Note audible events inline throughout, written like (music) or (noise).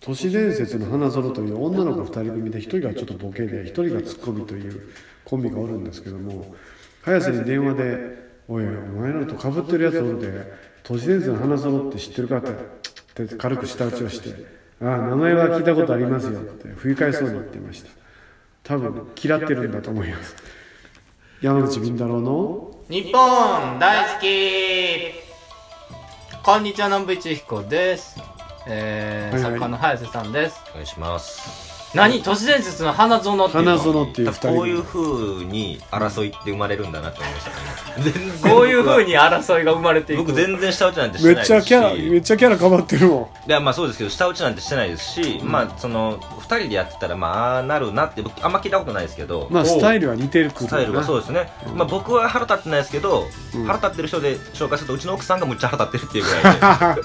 都市伝説の花園という女の子2人組で1人がちょっとボケで1人がツッコミというコンビがおるんですけども早瀬に電話で「おいお前らとかぶってるやつおるで都市伝説の花園って知ってるか?」って軽く舌打ちをして「ああ名前は聞いたことありますよ」って振り返そうに言ってました多分嫌ってるんだと思います山口敏太郎の日本大好きこんにちは南部一彦です、えーはいはい作家の早瀬さんですお願いします何都市伝説の花園っていうの花園っていう2人組こういう風に争いって生まれるんだなって思いました (laughs) ね全然こういう風に争いが生まれていく僕全然下打ちなんてしてめないっですちしゃキャラめっちゃキャラかばってるもんいやまあそうですけど下打ちなんてしてないですし、まあその2人でやってたらまあああなるなって僕あんま聞いたことないですけどまあスタイルルは似てるくスタイルがそうですね、まあ、僕は腹立ってないですけど、うん腹立ってる人で紹介するとうちの奥さんがむっちゃ腹立ってるっていうぐらいで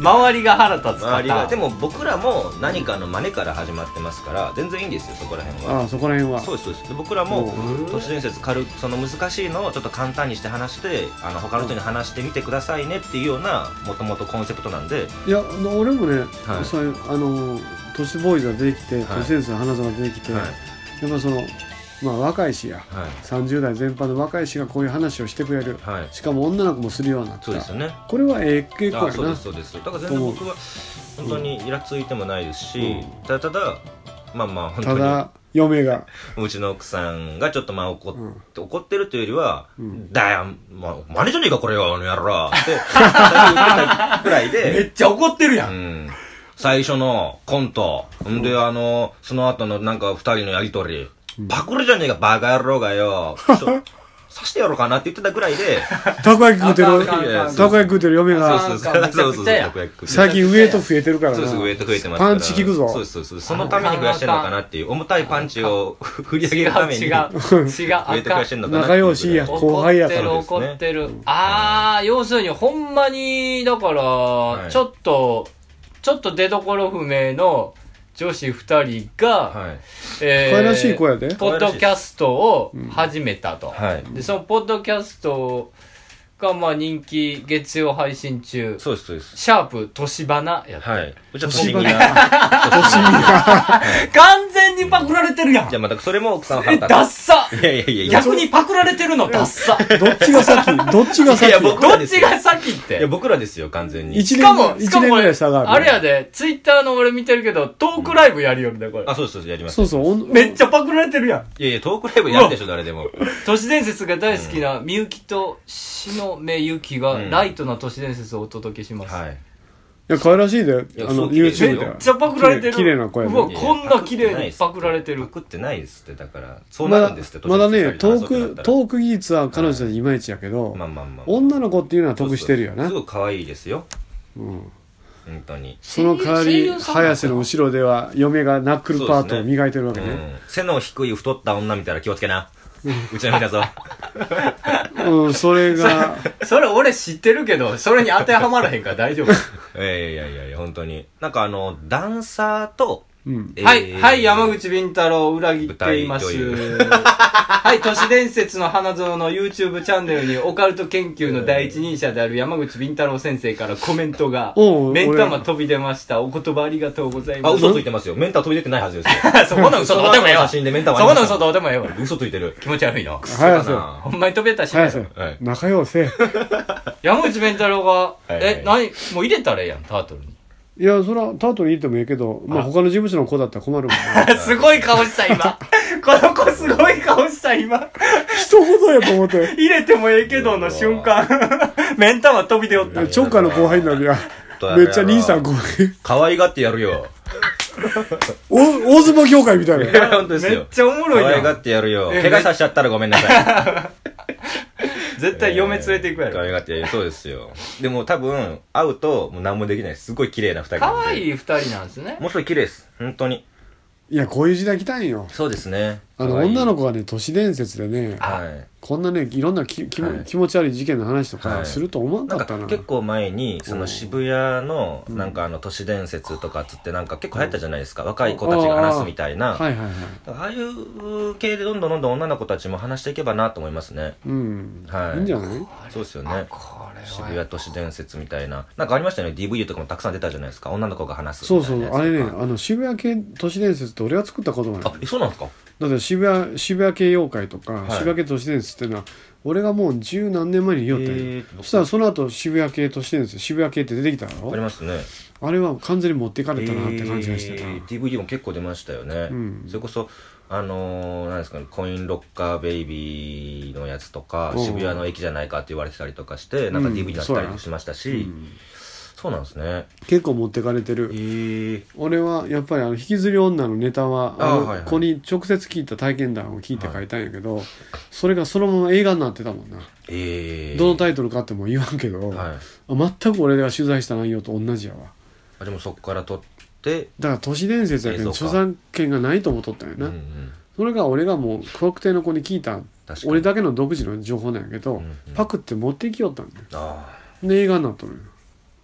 周りが腹立つパ周りターがンでも僕らも何かの真似から始まってますから全然いいんですよそこら辺はああそこら辺はそうですそうですで僕らもうん都市伝説軽くその難しいのをちょっと簡単にして話してあの他の人に話してみてくださいねっていうようなもともとコンセプトなんでいやあの俺もね、はいそういうあの都市ボーイズが出てきて、はい都市伝説の花園が出てきて、はいやっぱそのまあ若いしやはい30代全般の若いしがこういう話をしてくれるはいしかも女の子もするようになったそうですよねこれはええ傾向あそうやでなすそうですだから全然僕は本当にイラついてもないですし、うんただただまあまあ本た当だ嫁がにうちの奥さんがちょっとまあ怒っ,、うん怒ってるというよりは「んだよ、まあ、真似じゃねえかこれよあの野 (laughs) 郎」って最初言ったくらいでめっちゃ怒ってるやん、うん最初のコント。んで、あの、その後のなんか二人のやりとり。パクるじゃねえか、バカ野郎がよ。ちょ刺してやろうかなって言ってたぐら (laughs) いで。たこ焼き食うてあかんあかんあるかんたこ焼き食うてる嫁あがかんそうそうそう。めちゃくちゃやたこ焼き食って最近ウエイト増えてるからなそうです、ウエイト増えてますから。パンチ効くぞそうです、そうです。そのために増やしてるのかなっていう、重たいパンチを振り上げ違うるために。違う違う増 (laughs) あえて増かやんしてるのかなっていうぐらい。仲良しや怒後っ輩やてからるです怒ねってる、ああ要するにほんまにだから、いちょっとちょっと出所不明の女子二人が、はい。え可愛らしい子やでポッドキャストを始めたと、はい。でそのポッドキャストがまあ人気月曜配信中そうです、そうです。シャープ年花やった、はい。うちは年年にがな。完全にパクられてるやん、じゃあまたそれも奥さんはえ腹立ダッサついやいやいやいや。逆にパクられてるのダッサどっちが先どっちがい先や僕どっちが先っていや、僕らですよ、完全に。一し年かぐらも、いし一かも年こぐられ、い差があるあれやで、ツイッターの俺見てるけど、トークライブやりよるんだ、これ。あ、そうですそうです、やりますそう。そうおんめっちゃパクられてるやん。いやいや、トークライブやるでしょ、誰でも。都市伝説が大好きな、みゆきと、しのめゆきが、うんライトな都市伝説をお届けします。はい。いや可愛らしいでやあのそう綺麗 YouTube でめめっちゃパクられてる。綺麗な声でうわ、こんな綺麗にパクられてパる。クってないですって、だから。そうまなるだんですって、まだねトークトーーク技術は彼女たちいまいちやけど、まあまあまあ。女の子っていうのは得してるよなすごい可愛いですよ。うん本当に。その代わ声り優さんなん早です瀬かの後ろでは嫁がナックルパートを磨いてるわうけねん。背の低い太った女みたいな気をつけな。うちの皆さうん、それがそれ俺知ってるけど、それに当てはまらへんから大丈夫。ん。いやいやいやいや、本当に。なんかあの、ダンサーと、うん (laughs) えーはい、はい、山。口敏太郎を裏切っています。舞はい、都市伝説の花園の YouTube チャンネルにオカルト研究の第一人者である山口敏太郎先生からコメントがおう、目ん玉飛び出ました。お言葉ありがとうございまあ、す。嘘ついてますよ。メンター飛び出てないはずですよ。 (laughs) そこの嘘どうでもええわ。写そ真こでメンター割りのました嘘どうでもええわ。嘘ついてる。気持ち悪いな。早瀬なほんまに飛び出たら死ぬ早や瀬ろはい仲良せ山口敏太郎が、いはいえ、何もう入れたらええやん、タートルに。いやそれはタートルにいてもいいけどまあ他の事務所の子だったら困るもん (laughs) (laughs) すごい顔した、今。 (laughs) この子すごい顔した、今。一言やと思って入れてもええけどの瞬間、 (laughs) 目ん玉飛び出おった。チョッカーの後輩になるやとやめめろっちゃ兄さん後輩可愛がってや (laughs) るよ。お大相撲協会みたいないや本当ですめっよ。ちゃおもろ可愛いがなってやるよ。え怪我させちゃったらごめんなさい。絶対 (laughs) 嫁連れていくや可ろ。愛がってやるそうですよでも多分会うともう何もできないですすごい綺麗な二人可い愛い二人なんですね。もう一人綺麗です本当にいやこういう時代来たんよそうですねあの可愛い女の子がね都市伝説でねはい。こんなねいろんなききもはい気持ち悪い事件の話とはかいすると思わんなかんったかな、結構前に、その渋谷の、なんかあの、都市伝説とかつって、なんか結構流行ったじゃないですか。若い子たちが話すみたいな。はいはいはいああいう系でどんどんどんどん女の子たちも話していけばなと思いますね。うん、はいいんじゃないそうですよね。これ渋谷都市伝説みたいな。なんかありましたよね。DVD とかもたくさん出たじゃないですか。女の子が話すそみうたそいうなやつとか。あれねあの渋谷系都市伝説って俺が作った言葉なあの、えそうなんですかだって渋谷渋谷系妖怪とか、い渋谷系都市伝説っていうのは俺がもう十何年前に言おうったんよえーそしたらその後渋谷系都市伝説渋谷系って出てきただありろますね。あれは完全に持っていかれたなって感じがしてた、えー DVD も結構出ましたよね。うんそれこそ、あのー、なんですかね、コインロッカーベイビーのやつとか、うん渋谷の駅じゃないかって言われてたりとかして、なんか DVD だったりもしましたし、そうなんですね。結構持ってかれてる、えー、俺はやっぱりあの引きずり女のネタはああのはいはい子に直接聞いた体験談を聞いて書いたんやけど、それがそのまま映画になってたもんな、えー、どのタイトルかっても言わんけど、はい。あ全く俺が取材した内容と同じやわあでもそこから撮って、だから都市伝説やけどえそ著うか作権がないと思っとったんやうんな、うん、それが俺がもう特定の子に聞いた確かに俺だけの独自の情報なんやけど、うんうんパクって持ってきよったんだよあで映画になっとるんよ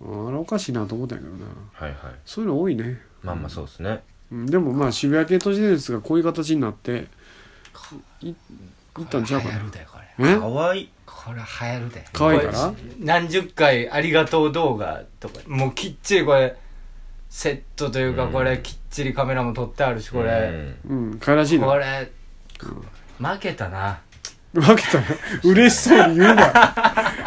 ああれおかしいなと思ったんやけどなあはいはいそういうの多いねまあまあそうですねうんでもまあ渋谷系都市伝説がこういう形になっていいったんちゃうか流行なるでこれえかわいいこれ流行るで可愛いから何十回ありがとう動画とかもうきっちりこれセットというかうんこれきっちりカメラも撮ってあるしこれ、うん可愛らしいなこ負れ負けたなけたな嬉しそうに言うな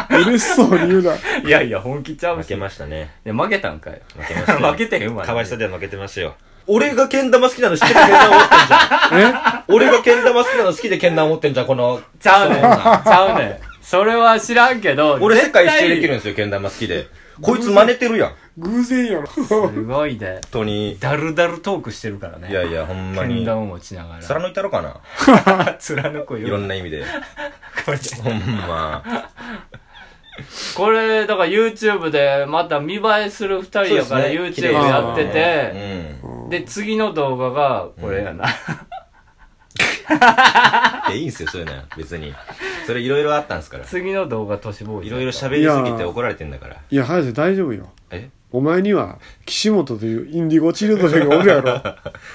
嬉しそうに言うないやいや本気ちゃうん、う負けしましたねで負けたんか (laughs) い (laughs) 負けましたよ負けてへんわかわいさでは負けてますよ俺がけん玉好きなの知っててけん玉持ってんじゃえ (laughs) ん俺がけん玉好きなの好きでけん玉持ってんじゃんこのちゃうねんちゃうねんそれは知らんけど (laughs) 俺世界一周絶できるんですよけん玉好きでこいつ真似てるやん本偶然やろ (laughs) 対すごいね当にダルダルトークしてるからねいやいやほんま剣に道を持ちながら貫いたろかな貫くいろよ (laughs) んな意味でこれほん (laughs) まこれだから YouTube でまた見栄えする2人やからそうですね YouTube やってうてんで次の動画がこれ (laughs) やな、いやいいんすよそういうのは別にそれいろいろあったんですから次の動画都市ボーイいズろいろ喋りすぎて怒られてんだからいや早瀬大丈夫よえお前には岸本というインディゴチルドレンがおるやろ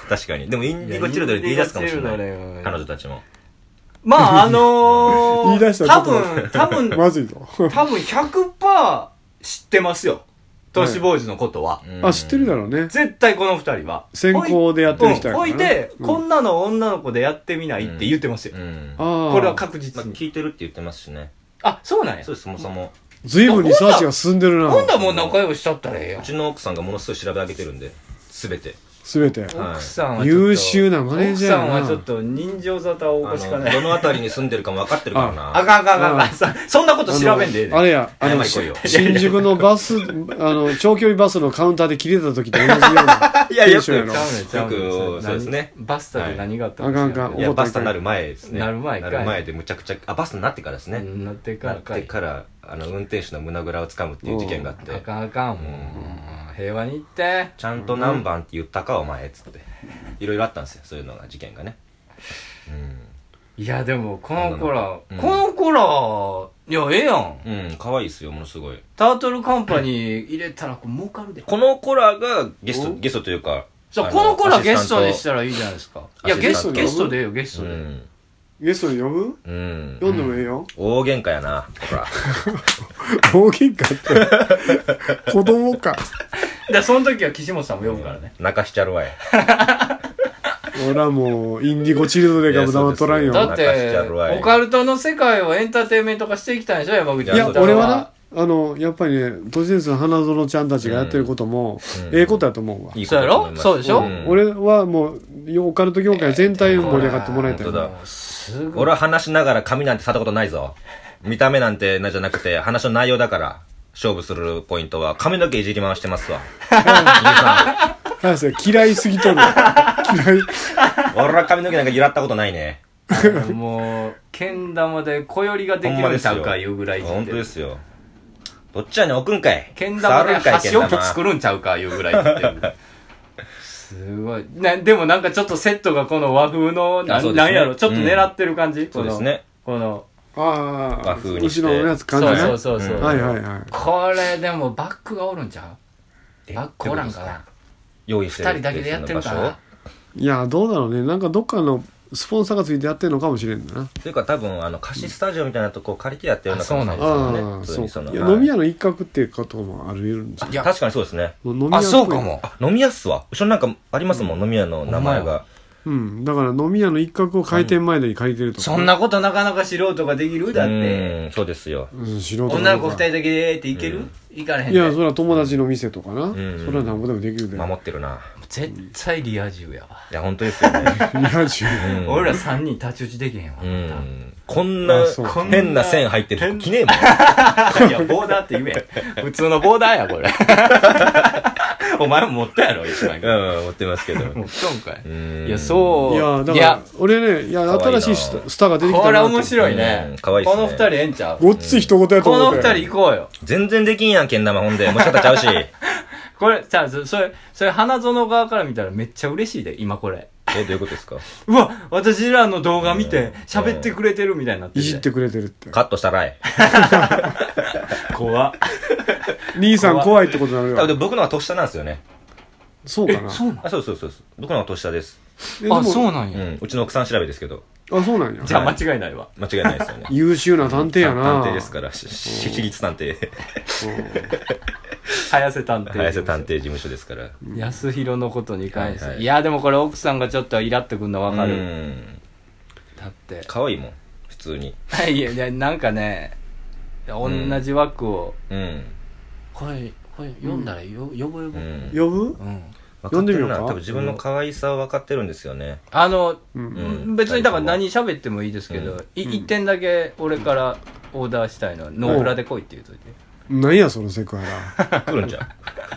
確かに。でも、インディゴチルドレンって言い出すかもしれなインディゴチルドレい。ン彼女たちも。まああのー、 (laughs) 言い出したら多ちょっと待分多 (laughs) 分まずいぞ多分100%知ってますよ都市ボーイズのことは、うんあ知ってるだろうね絶対この2人は先行でやってる人やからな置いて、うんこんなの女の子でやってみないって言ってますよ、うん。まああこれは確あ実に、聞いてるって言ってますしね。あそうなんやそうです、そもそも。ずいぶんリサーチが進んでるな今度はもう仲良くしちゃったらええやうんちの奥さんがものすごい調べ上げてるんで、すべて。全てはい奥さんはちょっと優秀なマネージャーやな奥さんはちょっと人情沙汰を起あこしかの、ないどの辺りに住んでるかも分かってるからな。あ (laughs) かんあかんあかんあうかんそそんなこと調べんでえあえのあねんれや、あの、謝り来いよ新宿のバ (laughs) ス、あの、長距離バスのカウンターで切れた時と同じようないやテンションやろちよ。ゃうねんちゃうねんよくそうですね何バスタで何があったはいあかんあかんいや、バスタになる前ですね。なる前かいなる前でむちゃくちゃ、あ、バスになってからですね。なってかならっかていから、あの、運転手の胸ぐらを掴むっていう事件があっあて。かんあかんもううん平和に行ってちゃんと何番って言ったか、お前、つって。いろいろあったんですよ、そういうのが、事件がね。いやでもこの頃うんこの頃いやええやんうん。うん、可愛いですよ、ものすごい。タートルカンパニー入れたらこう儲かるでこの子らがゲスト、おゲストというか。じゃああのこの頃はゲストアでシしスタンたらいいじゃないですかいやゲストアシスタントゲストでええよゲストトうでん。ゲストに呼ぶうん。読んでもええよ。大喧嘩やな。ほら。 (laughs) 大喧嘩って。 (laughs) 子供か。でその時は岸本さんも呼ぶからね泣かしちゃるわい。俺はもう、インディゴチルドレンがも黙っとらんよ。いやいだっ任せちゃうわていオカルトの世界をエンターテインメント化していきたいんでしょ山口いやや、そうだ俺はな、あの、やっぱりね、都市伝説の花園ちゃんたちがやってることも、ええことやと思うわ。いいそうやろことだと思いますそうでしょん俺はもう、オカルト業界全体を盛り上がってもらいたい本当。だ。すごい俺は話しながら髪なんて触ったことないぞ。見た目なんてなじゃなくて、話の内容だから。勝負するポイントは、髪の毛いじり回し (laughs) てますわ。早瀬、嫌いすぎとるわ。嫌い。俺は髪の毛なんか揺らったことないね。 (laughs) もう、けん玉で小寄りがでほきんまるでんすちゃよ。うかいうぐらいじってる本当ですよ。どっちやねん、置くんかい。けん玉で触るんかい、けん箸置玉き作るんちゃうかいうぐらいじってる。すごい。な、でもなんかちょっとセットがこの和風の、なあんそうですなねんやろ、ちょっと狙ってる感じ、こそうのです。ね。この、ああ和風にして後ろのやつそ感うじねそうそうそう。うんはいはいはいこれでもバックがおるんちゃうえバックおらんかな。用意してる。二人だけでやってるか別の場ら所。いやどうだろうねなんかどっかのスポンサーがついてやってるのかもしれんなというか多分、あの、貸しスタジオみたいなとこ借りてやってるようなあ感そうじなよね。ああ普通そうにそかの。いやはい飲み屋の一角っていうこともありえるんじゃんいや確かにそうですね。も飲み屋っあ、ぽいそうかも。あ、飲み屋っすわ。後ろなんかありますもん、飲み屋の名前が。うんだから飲み屋の一角を開店前に借りてるとかそんなことなかなか素人ができるだって。うん、そうですよ。うん素人女の子二人人だけでっていけるいかれへんいやそで。れは友達の店とかな、んそれはなんぼでもできるで守ってるな。絶対リア充やわ。いや、本当です (laughs) よね。いや十分うん俺ら三人太刀打ちできへんわ。 (laughs) うん。こんなあそうか変な線入ってる人来ねえもん。いや、ボーダーって言え。 (laughs) 普通のボーダーや、こ (laughs) れ。お前も持ったやろ、一枚。うん、持ってますけど。持っとんかい。いいや、そう。いやだから俺ねいや可愛いな新しいスタスターが出てきたこれなと面白いね。うん可愛いっすねこの二人ええんちゃうごっつい一言やとこ思のって二人行こうよ。全然できんやん、けん玉ほんで。持ち方ちゃうし。え、これ、さ、そそれ、それ、花園側から見たらめっちゃ嬉しいで、今これ。どういうことですかうわ、私らの動画見て、喋ってくれてるみたいになっているじでってくれてるってカットしたらえ。怖っ。兄さん怖いってことに多なる分でよも僕のは年下なんですよね。そうかなそうなあ、そうそうそうそう。僕のは年下です。えでものあ、そうなんうや。ん。うちの奥さん調べですけど。あそうなんやじゃあ間違いないわ。間違いないですよね。優秀な探偵やな探偵ですから。しし私立探偵。早瀬探偵。早瀬探偵事務所ですから。安弘のことに関して、はいいはいやでもこれ奥さんがちょっとイラってくるの分かる、うん。だって (laughs) 可愛いもん。普通に。いやいやなんかね同んじ枠を、うん。これこれ読んだらよ、よぼよぼ、ううんん。呼ぶ分か呼っんてでみよるうかな。多分自分の可愛さは分かってるんですよね。あの、うんん別にだから何喋ってもいいですけど、うんい一点だけ俺からオーダーしたいのはノーブラで来いって言うといて、何やそのセクハラ来るんじゃん。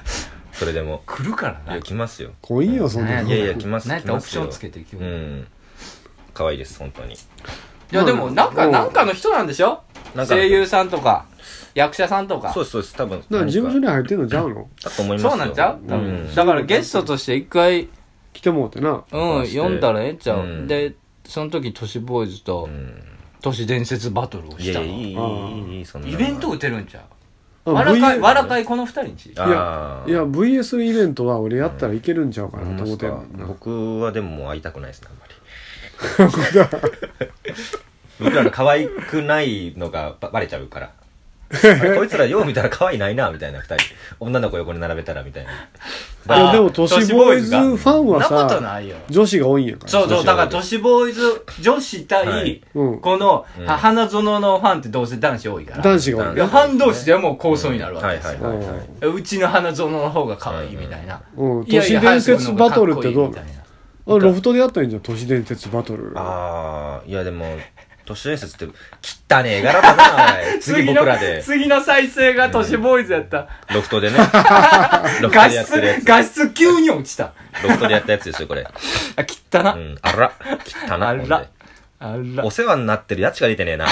(laughs) それ (laughs) でも。来るからいなや、来ますよ。来いよそんなのいやいや、来ます。なんやった来らまオプすシよョンつけてきようう、いん。可愛いです、本当に。やでもなんか、うんなんかの人なんでしょなんか声優さんとか役者さんとかそうです、そうです。多分。だから事務所何に入ってんのちゃうのかだと思いますよ。そうなんちゃう、多分うんだからゲストとして一回来てもうてなうん、出して読んだらええんちゃう、うんでその時都市ボーイズとうん都市伝説バトルをいしやたのいやいいいいいいいいそんなイベント打てるんちゃあうわらかい VS わらかいこの二人にちいあやあいや VS イベントは俺やったらいけるんちゃうかほんなとまっ思すってんのかな僕はでももう会いたくないですねあんまり (laughs) 僕らの可愛くないのがばバレちゃう (laughs) からあれこいつらよう見たら可愛いないなみたいな二人女の子横に並べたらみたいなあいやでも都市ボーイズ都ファ市ンそんはなことさないよ女子が多いんやからそうそうだから都市ボーイズ女子は対いうんこの、うんは花園のファンってどうせ男子多いから男子が多いいやファン同士ではもう構想になるわけはいですはいよ、はいはいうちの花園の方が可愛いみたいな、うんい都やい市や伝説バトルってどう早瀬の方がかこいいみたいなあロフトでやったらいいんじゃん都市伝説バトルああいやでも都市伝説って汚ねえ柄だな (laughs) おい次次僕のらで次の再生が都市ボーイズやった、ロフト (laughs) でねロフト画でやって質るやつ画質急に落ちたロフトでやったやつですよこ (laughs) れあ切ったな、うんあら汚なあほんらであらお世話になってるやつが出 (laughs) てねえな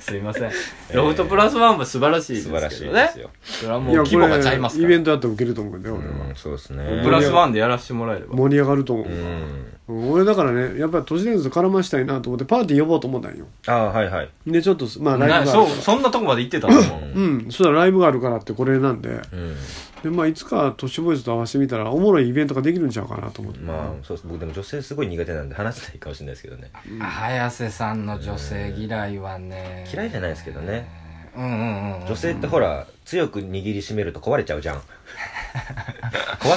すいません。ロフトプラスワンは素晴らしいです素けど晴ね。らしいですよそれはもいうや規こ模がちゃいますれかイベ。らントやったらウケると思うけど俺うはんそうですプねラスワンでやらせてもらえれば。盛り上がると思ううんうん俺だからねやっぱり都市伝説絡ましたいなと思ってパーティー呼ぼうと思ったんよああはいはいでちょっとまあライなブがあそう、るからそんなとこまで行ってたのうんそしたらライブがあるからってこれなんでうんでまあいつか都市ボーイズと合わせてみたらおもろいイベントができるんちゃうかなと思ってまあそうです僕でも女性すごい苦手なんで話せないかもしれないですけどね早瀬さんの女性嫌いはね嫌いじゃないですけどねうんうんうん。女性ってほら強く握りしめると壊れちゃうじゃん 壊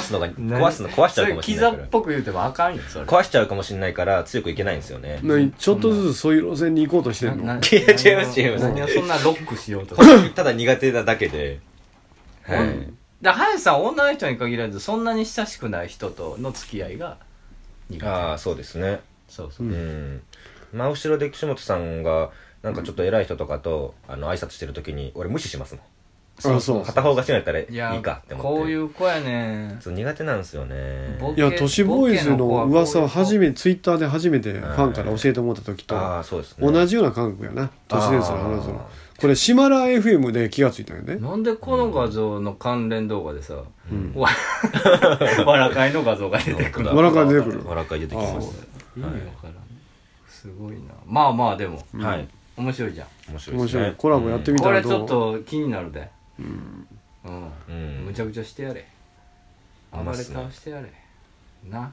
(laughs) すのが壊すの壊しちゃそうかもしれないれかキザっらぽく言うてもあかんよ、それ。壊しちゃうかもしれないから強くいけないんですよね何ちょっとずつそういう路線に行こうとしてんのな違 (laughs) います違います何を何をそんなロックしようと。ただ苦手なだけではい、だ早瀬さん、女の人に限らず、そんなに親しくない人との付き合いが苦手。ああそうですねそうそうう。ん真後ろで岸本さんがなんかちょっと偉い人とかと、あの挨拶してる時に俺無視しますもんあそう片方がしないったらいいやいかって思ってこういう子やねんそう苦手なんですよね僕いや都市ボーイズの噂を初めツイッターで初めてファンから教えてもらった時とああそうですね同じような感覚やな都市伝説の話あのーこれシマラ FM で気がついたんよねなんでこの画像の関連動画でさ、わ (laughs) わらかいの画像が出てくるのわらかい出てくるわらかい出てきまし意味わからんすごいなまあまあでも、た。はい。面白いじゃん面白い面です白いね。コラボやってみたこられどちうょっと気になるでうん、うんむちゃくちゃしてやれう暴まれっすね倒してやれな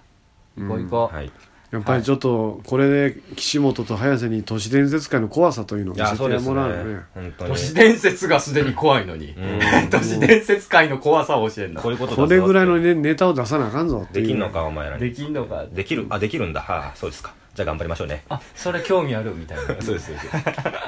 行こうはい。やっぱりちょっとこれで岸本と早瀬に都市伝説界の怖さというのをい見や、せそうてですもねらうね。本当都に。市伝説がすでに怖いのに、う (laughs) 都市伝説界の怖さを教えんだこういうことだぞこれぐらいのねネタを出さなあかんぞっていでうきんのか、お前らに。できんのかできる、あ、できるんだ。はあ、そうですか。じゃあ頑張りましょうね。あそれ興味あるみたいなそう (laughs) です、そうです。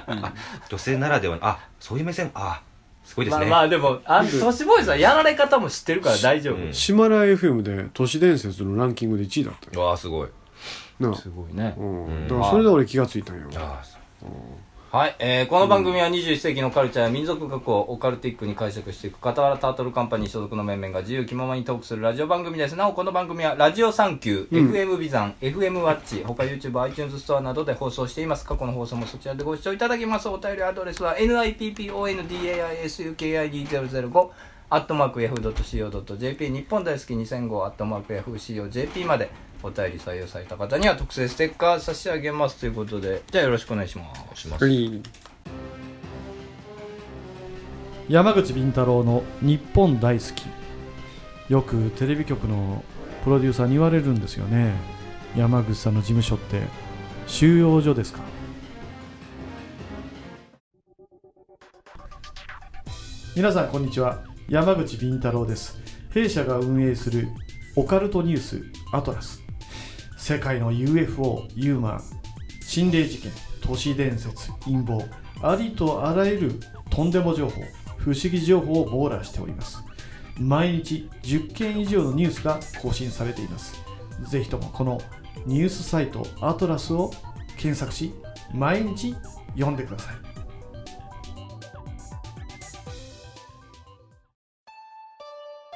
あ女性ならではの、あ、そういう目線、あ、すごいですまあね。まあでもあの都市ボーイズはやられ方も知ってるから大丈夫、うんシマラ FM で都市伝説のランキングで1位だったようわあ、すごい。なあすごいねうんんだからそれで俺気がついたんよああ、そうはい、えーこの番組は21世紀のカルチャーや民族学をオカルティックに解釈していく傍らタートルカンパニー所属の面々が自由気ままにトークするラジオ番組ですなおこの番組はラジオサンキュー、FM ビザン FM ワッチ他 YouTubeiTunes ストアなどで放送しています過去の放送もそちらでご視聴いただけますお便りアドレスは NIPPONDAISUKID005 アットマーク Yahoo.co.jp 日本大好き2005アットマーク Yahoo.co.jp までお便り採用された方には特製ステッカー差し上げますということでじゃあよろしくお願いしますします。はい山口敏太郎の「日本大好き」よくテレビ局のプロデューサーに言われるんですよね山口さんの事務所って収容所ですか皆さんこんにちは山口敏太郎です弊社が運営するオカルトニュースアトラス世界の UFO ユーマン心霊事件都市伝説陰謀ありとあらゆるとんでも情報不思議情報を網羅しております毎日10件以上のニュースが更新されていますぜひともこのニュースサイトアトラスを検索し毎日読んでください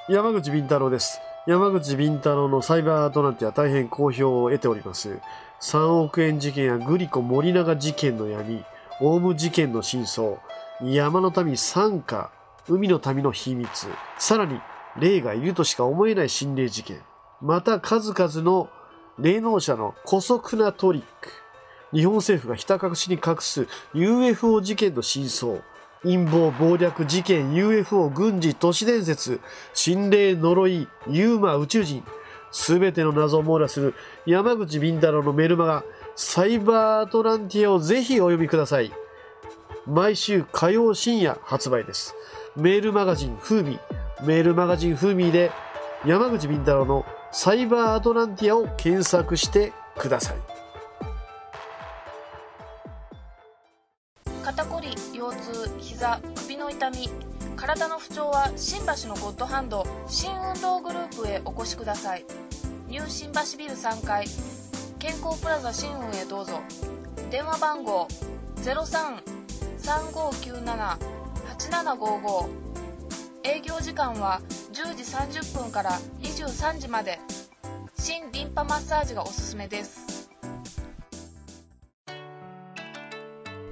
山口敏太郎です。山口敏太郎のサイバーアトランティア大変好評を得ております。3億円事件やグリコ森永事件の闇、オウム事件の真相、山の民参加、海の民の秘密、さらに霊がいるとしか思えない心霊事件、また数々の霊能者の古速なトリック、日本政府がひた隠しに隠す UFO 事件の真相、陰謀、暴略、事件、UFO、軍事、都市伝説、心霊、呪い、ユーマ、宇宙人、すべての謎を網羅する山口敏太郎のメルマガ、サイバーアトランティアをぜひお読みください。毎週火曜深夜発売です。メールマガジンフーミー、メールマガジンフーミーで山口敏太郎のサイバーアトランティアを検索してください。肩こり腰痛膝首の痛み体の不調は新橋のゴッドハンド新運動グループへお越しくださいニュー新橋ビル3階健康プラザ新運へどうぞ電話番号0335978755営業時間は10時30分から23時まで新リンパマッサージがおすすめです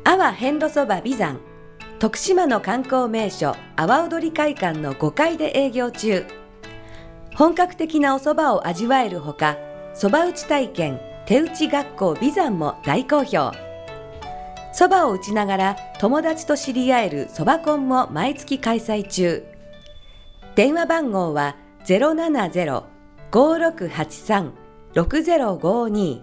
阿波遍路そば美山徳島の観光名所阿波踊り会館の5階で営業中本格的なお蕎麦を味わえるほか蕎麦打ち体験手打ち学校美山も大好評蕎麦を打ちながら友達と知り合える蕎麦コンも毎月開催中電話番号は070-5683-6052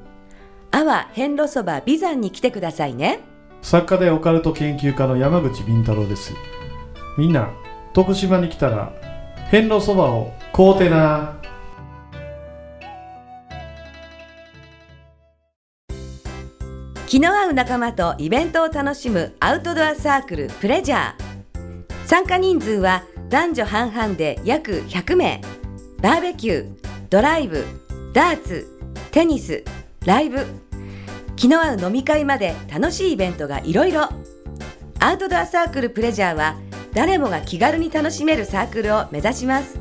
阿波遍路そば美山に来てくださいね作家でオカルト研究家の山口敏太郎ですみんな徳島に来たら遍路そばを買うてな気の合う仲間とイベントを楽しむアウトドアサークルプレジャー参加人数は男女半々で約100名バーベキュードライブダーツテニスライブ気の合う飲み会まで楽しいイベントがいろいろアウトドアサークルプレジャーは誰もが気軽に楽しめるサークルを目指します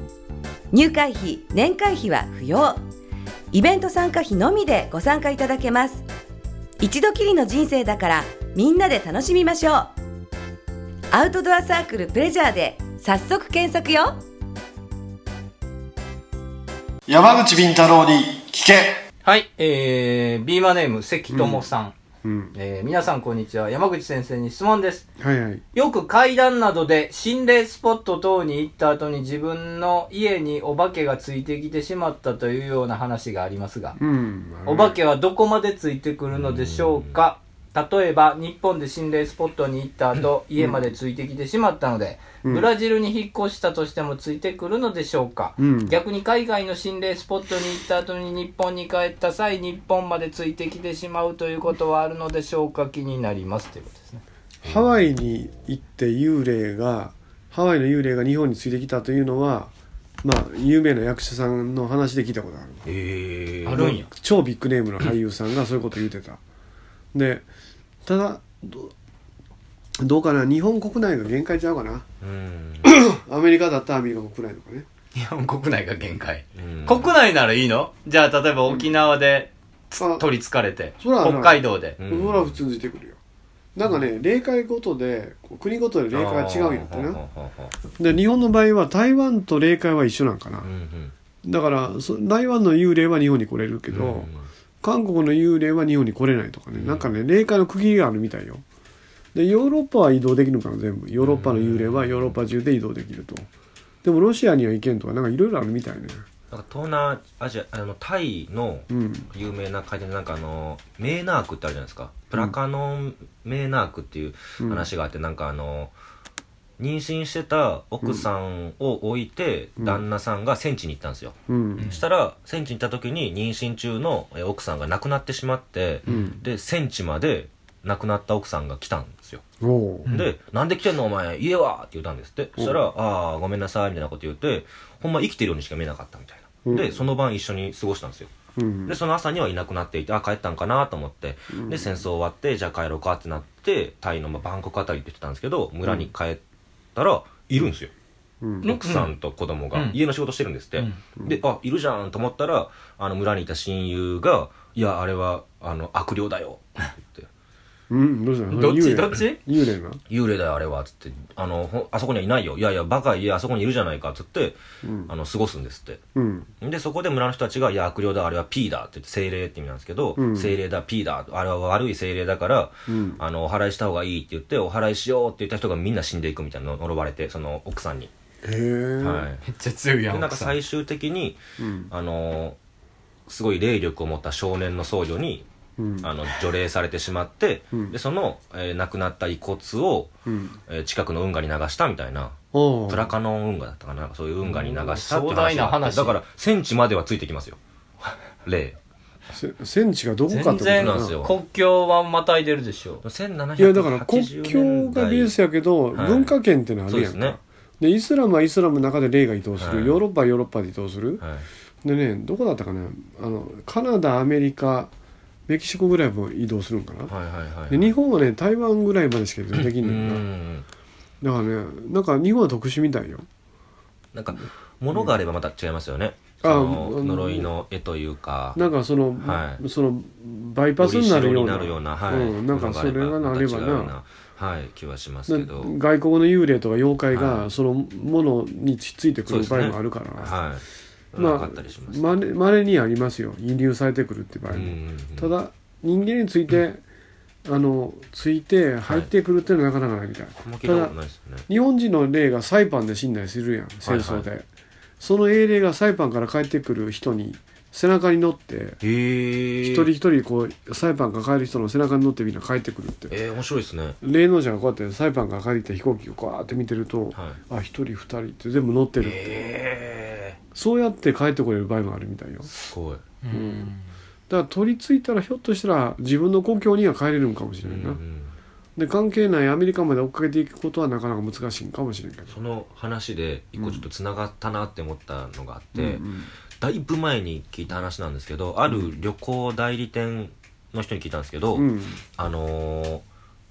入会費年会費は不要イベント参加費のみでご参加いただけます一度きりの人生だからみんなで楽しみましょうアウトドアサークルプレジャーで早速検索よ山口敏太郎に聞けはい、えー、ビーマネーム、関友さん。うん。えー皆さんこんにちは。山口先生に質問です。はいはい。よく階段などで心霊スポット等に行った後に自分の家にお化けがついてきてしまったというような話がありますが、うん。お化けはどこまでついてくるのでしょうか例えば日本で心霊スポットに行った後家までついてきてしまったので、ブラジルに引っ越したとしてもついてくるのでしょうか、うん逆に海外の心霊スポットに行った後に日本に帰った際日本までついてきてしまうということはあるのでしょうか気になりますということですねハワイに行って幽霊がハワイの幽霊が日本についてきたというのはまあ有名な役者さんの話で聞いたことあるええあるんや超ビッグネームの俳優さんがそういうこと言うてたでただどどうかな日本国内が限界ちゃうかなうん。アメリカだったらアメリカ国内とかね日本国内が限界うん国内ならいいのじゃあ例えば沖縄であ取りつかれてそら北海道でうんそれは普通に出てくるよなんかね霊界ごとでこう国ごとで霊界が違うんやってあーなほうほうほうほで日本の場合は台湾と霊界は一緒なんかなううんだからそ台湾の幽霊は日本に来れるけうんど、うん韓国の幽霊は日本に来れないとかね、なんかね霊界の区切りがあるみたいよでヨーロッパは移動できるのかな全部ヨーロッパの幽霊はヨーロッパ中で移動できるとでもロシアには行けんとかなんかいろいろあるみたいねなんか東南アジアあのタイのうん有名な会でなんかあのメーナークってあるじゃないですかプラカノンメーナークっていう話があって、なんかあの妊娠してた奥さんを置いて、うん旦那さんが戦地に行ったんですよ、うんしたら戦地に行った時に妊娠中のえ奥さんが亡くなってしまって、うんで戦地まで亡くなった奥さんが来たんですよおおうで、なんで来てんのお前、家はって言ったんですって。そしたら、ああ、ごめんなさい、みたいなこと言って、ほんま生きてるようにしか見えなかったみたいな。で、その晩一緒に過ごしたんですよ。うんで、その朝にはいなくなっていて、あ、帰ったんかなと思って、で、戦争終わって、じゃあ帰ろうかってなって、タイの、まあ、バンコクあたりって言ってたんですけど、村に帰ったら、いるんですよ。うん奥さんと子供がうん家の仕事してるんですって、であいるじゃんと思ったらあの村にいた親友が「いやあれはあの悪霊だよ」って言ってうんどうしたのどっち幽霊どっち幽霊な幽霊だよあれはっつってあのほあそこにはいないよいやいやバカいやあそこにいるじゃないかっつって、あの過ごすんですってうんでそこで村の人たちが「いや悪霊だあれは P だ」って言って精霊って意味なんですけど、精霊だ P だあれは悪い精霊だから、あのお祓いした方がいいって言ってお祓いしようって言った人がみんな死んでいくみたいなの呪われてその奥さんに、へえ、はいめっちゃ強いやでんなんか奥さん最終的に、あのすごい霊力を持った少年の僧侶に、あの除霊されてしまって、でその、えー亡くなった遺骨を、えー近くの運河に流したみたいなおうプラカノン運河だったかななんかそういう運河に流したって壮大ながあっ話てだから戦地まではついてきますよ (laughs) 霊せ戦地がどこかってことだ全然なんなですよ国境はまたいでるでしょ1780いやだから国境年が代ベースやけど、はい文化圏ってのはあるやんそかうですねでイスラムはイスラムの中で霊が移動する、はいヨーロッパはヨーロッパで移動する、はいでねどこだったかなあのカナダアメリカメキシコぐらいも移動するんかな、はいはいはいで日本はね台湾ぐらいまでしか移動できんうねんな、んだからねなんか日本は特殊みたいよなんか物があればまた違いますよね、うんそあのうん呪いの絵というかなんかその,、はいそのバイパスになるようなような、はいうん、なんかそれがなればな、はい、気はしますけど、外国の幽霊とか妖怪はがそのものについてくる場合もあるから、はい、まなかあったりします。まれまれにありますよ輸入されてくるって場合うも、ん、ただ人間について、あのついて入ってくるっていうのはなかなかないみたい、あんま聞いたことないですよね。日本人の霊がサイパンで死んだりするやん戦争で、その英霊がサイパンから帰ってくる人に背中に乗ってへえ。一人一人こうサイパンから帰る人の背中に乗ってみんな帰ってくるってえー、面白いですね。霊能者がこうやってサイパンから帰ってきた飛行機をこうやって見てると、はあ一人二人って全部乗ってるい。って、えそうやって帰ってこれる場合もあるみたいよー、すごい。だから取り付いたらひょっとしたら自分の故郷には帰れるんかもしれうんなういな、ん、で関係ないアメリカまで追っかけていくことはなかなか難しいんかもしれんけどその話で一個ちょっと繋がったなって思ったのがあって、うんだいぶ前に聞いた話なんですけど、ある旅行代理店の人に聞いたんですけど、うんあのー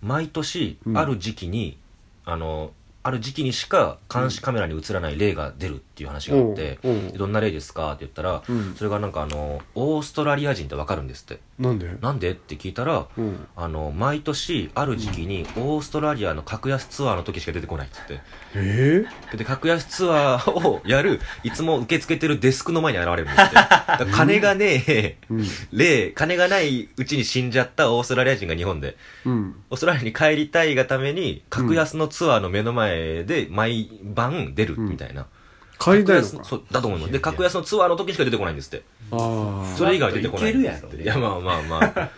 毎年うんある時期に、あのーある時期にしか監視カメラに映らない例が出るっていう話があって、うんうんでどんな例ですかって言ったら、うんそれがなんかあのオーストラリア人ってわかるんですってなんでなんでって聞いたら、うんあの毎年ある時期にオーストラリアの格安ツアーの時しか出てこないっつってえで格安ツアーを (laughs) やるいつも受け付けてるデスクの前に現れるんですってだから金がねえ、 (laughs) えうん例金がないうちに死んじゃったオーストラリア人が日本でうんオーストラリアに帰りたいがために格安のツアーの目の前で毎晩出るみたいな、帰りたいの格か安そうだと思いますで格安のツアーの時しか出てこないんですってああそれ以外出てこないんですっいけてるいややろまあまあ (laughs) まあ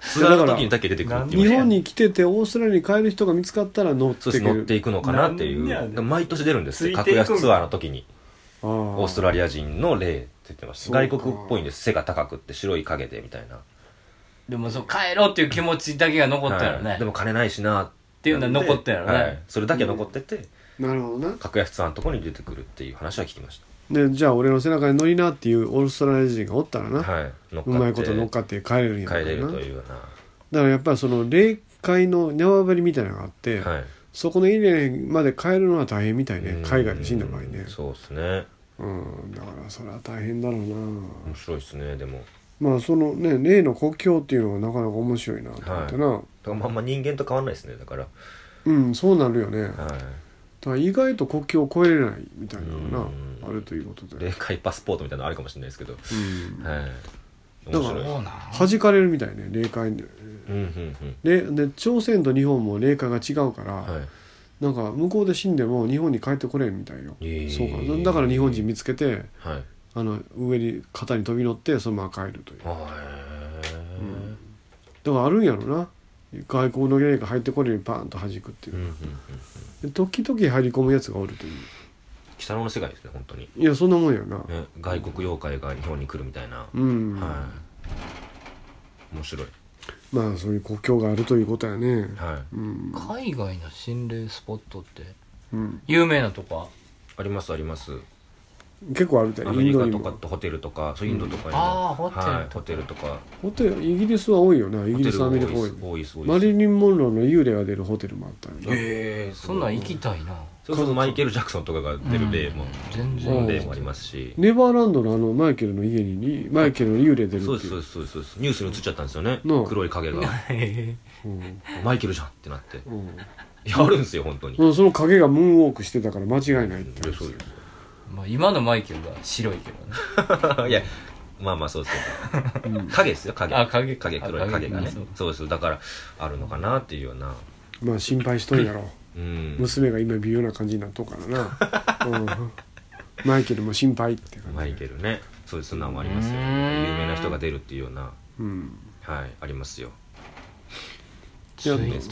ツアーの時にだけ出てくるっていう日本に来ててオーストラリアに帰る人が見つかったら乗ってそくうです乗るっていくのかなっていなんやねう毎年出るんですってついて格いくん安ツアーの時にオオーストラリア人の霊って言ってましそたうか外国っぽいんです背が高くって白い影でみたいなでもそう、帰ろうっていう気持ちだけが残ったよね。はいででもも金ないしなっていうのは残ったよねはいそれだけ残っててなるほどな格安ツアーのところに出てくるっていう話は聞きましでじゃあ俺の背中に乗りなっていうオーストラリア人がおったらな、たはい乗うっかってまいこと乗っかって帰れるんや帰れなるとだいうようからやっぱりその霊界の縄張りみたいなのがあって、なはいそこのエリアまで帰るのは大変みたいねうん海外で死んだ場合ねそうですねうんだからそれは大変だろうな面白いですねでもだまあそのね霊の国境っていうのがなかなか面白いなと思ってな、からまあんま人間と変わんないですねだからうんそうなるよね、だかはら意外と国境を越えれないみたいなのがなうんあるということいで、霊界パスポートみたいなのあるかもしれないですけどうん、はいだ面から白いそううなん。弾かれるみたいね霊界でんうんうんでで朝鮮と日本も霊界が違うから、はいなんか向こうで死んでも日本に帰ってこれんみたいよ、へえそうかだから日本人見つけてはいあの上に肩に飛び乗ってそのまま帰るというあーうんだからあるんやろな外国の芸が入ってこるようにパーンと弾くっていううんう、んで時々入り込むやつがおるという鬼太郎の世界ですね本当にいやそんなもんやなね外国妖怪が日本に来るみたいな、うん、はい面白いまあそういう国境があるということやねはいうん、海外の心霊スポットって、うん、有名なとこはありますあります結構あるでアイメンリドカにとかもってホテルとかそうインドとかにも、あーホテルとかはいホテルとかホテルイギリスは多いよなイホギリテルスアメリカ多多いい多いです多いマですリリン・モンローの幽霊が出るホテルもあったよな、ええそんなん行きたいな。そうそうマイケル・ジャクソンとかが出る例も、全そ然の。例もありますし、ネバーランドのあのマイケルの家にマイケルの幽霊出るっていうそうですそうですそうですそうですニュースに映っちゃったんですよねなあ黒い影 (laughs) がうんマイケルじゃんってなってうんいやあるんですよ本当に、いうんその影がムーンウォークしてたから間違いないってやそうですまあ今のマイケルが白いけどね。いや、まあまあそうですけど、影ですよ、影。あ影影、あ黒い影がね影ね。そうですだから、あるのかなっていうような。まあ心配しとんやろうん。娘が今微妙な感じになっとうからな、 (laughs) うん、マイケルも心配って感じマイケルね。そうです、そんなんもありますよ。有名な人が出るっていうような、うんはい、ありますよ。ついてきて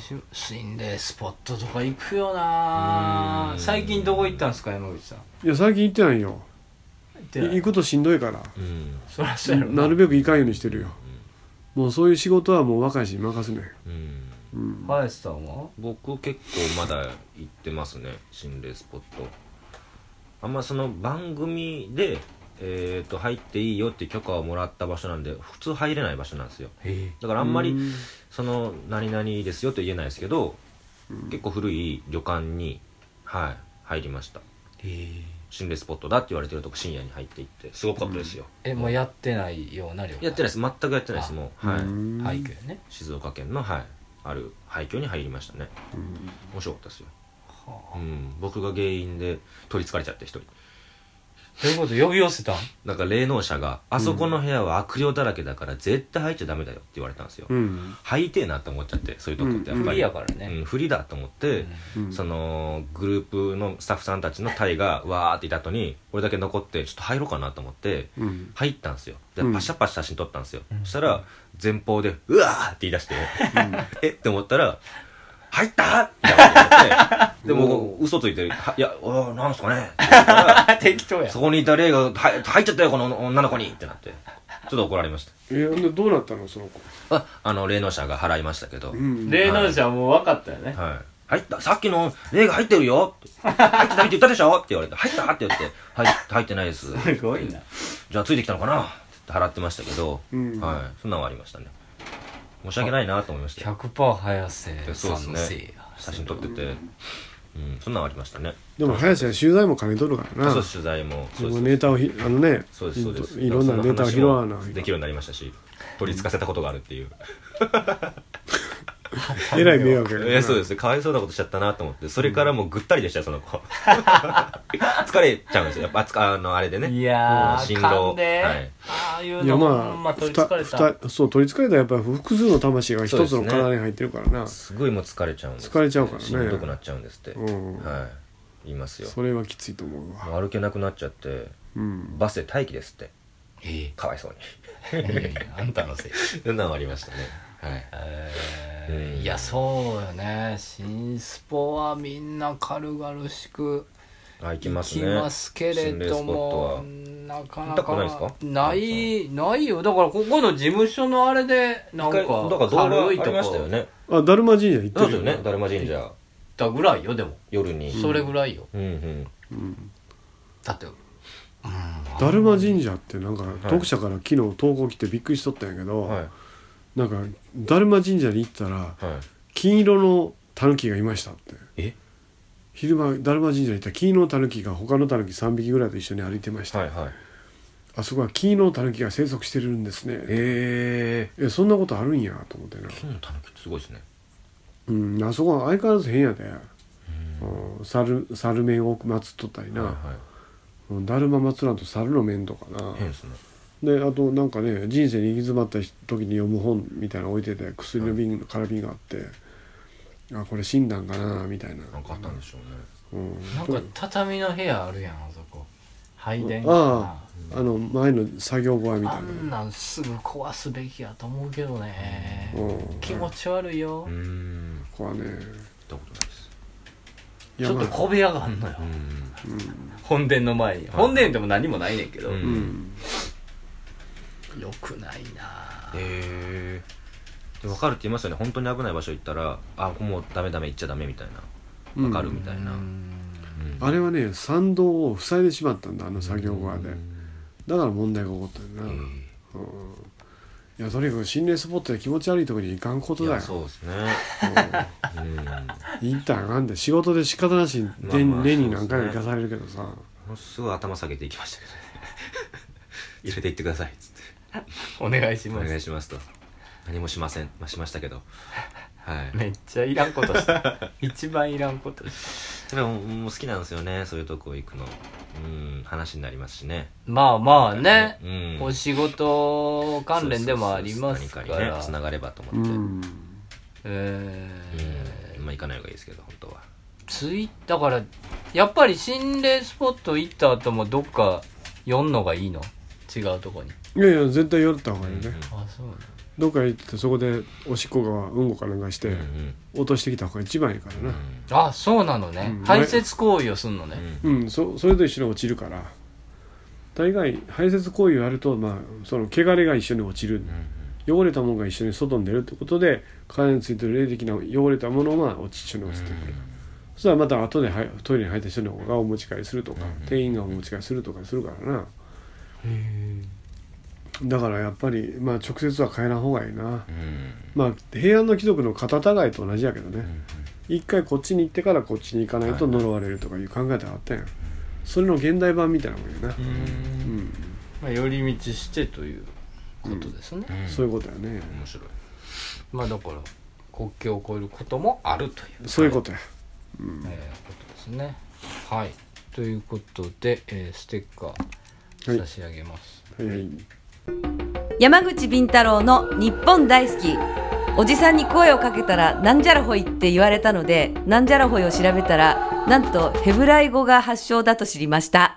しまう心霊スポットとか行くよなうん最近どこ行ったんですか山口さんいや最近行ってないよ行ってない行くとしんどいからうん。そらそうやろなるべく行かんようにしてるよもうそういう仕事はもう若いし任せないうん。林さんは僕結構まだ行ってますね、心霊スポット。あんまその番組で、えっと入っていいよって許可をもらった場所なんで普通入れない場所なんですよだからあんまりうんその何々ですよと言えないですけど、結構古い旅館に、はい、入りました心霊スポットだって言われてるとこ深夜に入っていってすごかったですよ、えもうやってないような旅やってないです全くやってないですもう、はいうん廃墟やね静岡県の、はい、ある廃墟に入りましたね面白かったですよ、うん、僕が原因で取りつかれちゃって一人どういうこと呼び寄せたんなんか霊能者が「あそこの部屋は悪霊だらけだから絶対入っちゃダメだよ」って言われたんですよ、うん入りてえなって思っちゃってそういうとこってやっぱ無り、理やからねうん、不利だと思って、うんそのグループのスタッフさんたちの隊がわーっていた後に俺だけ残ってちょっと入ろうかなと思ってうん入ったんですよでうんパシャパシャ写真撮ったんですよ、そしたら前方で「うわー!」って言い出して、 (laughs) えって思ったら「入った!」って思ってでも嘘ついてはい「いやおーなんすかね」って言ったら適当やそこにいた霊が「はい入っちゃったよこの女の子に」ってなってちょっと怒られましたえほんでどうなったのその子ああの霊能者が払いましたけど、うん霊能者はもう分かったよねはい。入ったさっきの霊が入ってるよ入ってないって言ったでしょって言われて、入ったって言って、入っ入ってないです。すごいなじゃあついてきたのかなって言って払ってましたけど、うんはい。そんなんはありましたね。申し訳ないなと思いましたよ。 100%早瀬そうさでんすのせいねや。写真撮ってて、うん、そんなんありましたねでも林は取材も金取るからなそうです取材もそうですネタをひあのねそうですそうですいろんなネタを拾わなできるようになりましたし取りつかせたことがあるっていうえらい迷惑やからいなやそうですかわいそうなことしちゃったなと思ってそれからもうぐったりでしたよそ (laughs) の子疲れちゃうんですよやっぱつかあのあれでねいやうんー、心噛労んで、はいああいういやのも、ままあ、あ、まあ、取りつかれた。そう取りつかれたらやっぱり複数の魂が一つそうのですね体に入ってるからなすごいもう疲れちゃうんです疲れちゃうからねしんどくなっちゃうんですって、うんはい言いますよそれはきついと思うわもう歩けなくなっちゃってうんバスで待機ですってえかわいそうにえあんたのせい。そんなのありましたねはいえーうんいや、そうよね。新スポはみんな軽々しくあ行き行ますきねますけれども、心霊スなかな行ったこかとないですかない、ないよ。だから、ここの事務所のあれで、なんか、ポットはだから動画あ軽いりとましたこよねあだるま神社行ってるそうですよねだるま神社だぐらいよ、でも。夜にそれぐらいよ。うんうんだって、だるま神社ってなんか読者から昨日投稿来てびっくりしとったんやけど、はいなんかだるま神社に行ったらはい金色のタヌキがいましたってえ昼間だるま神社に行ったら金色のタヌキが他のタヌキ3匹ぐらいと一緒に歩いてました、はいはいあそこは金色のタヌキが生息してるんですねええそんなことあるんやと思ってなえ金のたぬきすごいですねうんあそこは相変わらず変やで、うん、猿猿面を祀っとったりな、はいはいうんだるま祭らんと猿の面とかな変ですねであとなんかね人生に行き詰まった時に読む本みたいなの置いてて薬の瓶の空瓶があって、あこれ診断かなみたいななんかあったんでしょうねうん、なんか畳の部屋あるやん、あそこ。配電かなあ。ああの前の作業小屋みたいなあんなんすぐ壊すべきやと思うけどね、うん気持ち悪いよ、うーんここはね行ったことないですちょっと小部屋があんのよ、うん本殿の前に本殿でも何もないねんけど、ううんんよくないなぁへえ分かるって言いますよね本当に危ない場所行ったらあもうダメダメ行っちゃダメみたいなうん分かるみたいな、うんあれはね参道を塞いでしまったんだあの作業小屋でうんだから問題が起こったんだな、うん、いやとにかく心霊スポットで気持ち悪いところに行かんこといだよやそうですねうん行ったらあかんで仕事で仕方なしにまあ年,、まあに何回も行そうですねかされるけどさものすごい頭下げていきましたけどね (laughs) 入れていってくださいっつってお願いしおます願いしますと何もしません、まあ、しましたけどはいめっちゃいらんことした (laughs) 一番いらんことしたでももう好きなんですよねそういうとこ行くのうん話になりますしねまあまあね、うんお仕事関連でもありますそうかそうそう何かにらねつながればとう思って、うんんえまあ行かない方がいいですけど本当はー、ツイだからやっぱり心霊スポット行った後もどっか寄んのがいいの違うとこにいやいや絶対寄った方がいいね、うんうんあそうどっか行ってそこでおしっこがうんこかなんかして、うんうん落としてきた方が一番いいからなあそうなのね、うん排泄行為をすんのね、うん、そそれと一緒に落ちるから大概排泄行為をやるとまあその汚れが一緒に落ちる、汚れたものが一緒に外に出るってことで体についてる霊的な汚れたものが落ち一緒に落ちてくる、そしたらまた後ではいトイレに入った人の方がお持ち帰りするとか、店員がお持ち帰りするとかするからなだからやっぱり、まあ、直接は帰らん方がいいな、まあ平安の貴族の方違いと同じやけどね、一回こっちに行ってからこっちに行かないと呪われるとかいう考え方があったやんそれの現代版みたいなもんやな、うんまあ、寄り道してということですね、そういうことやね面白いまあだから国境を越えることもあるという、そういうことやえーことですねはいということで、えーステッカー差し上げます、はいはい山口敏太郎の日本大好きおじさんに声をかけたらなんじゃらほいって言われたのでなんじゃらほいを調べたらなんとヘブライ語が発祥だと知りました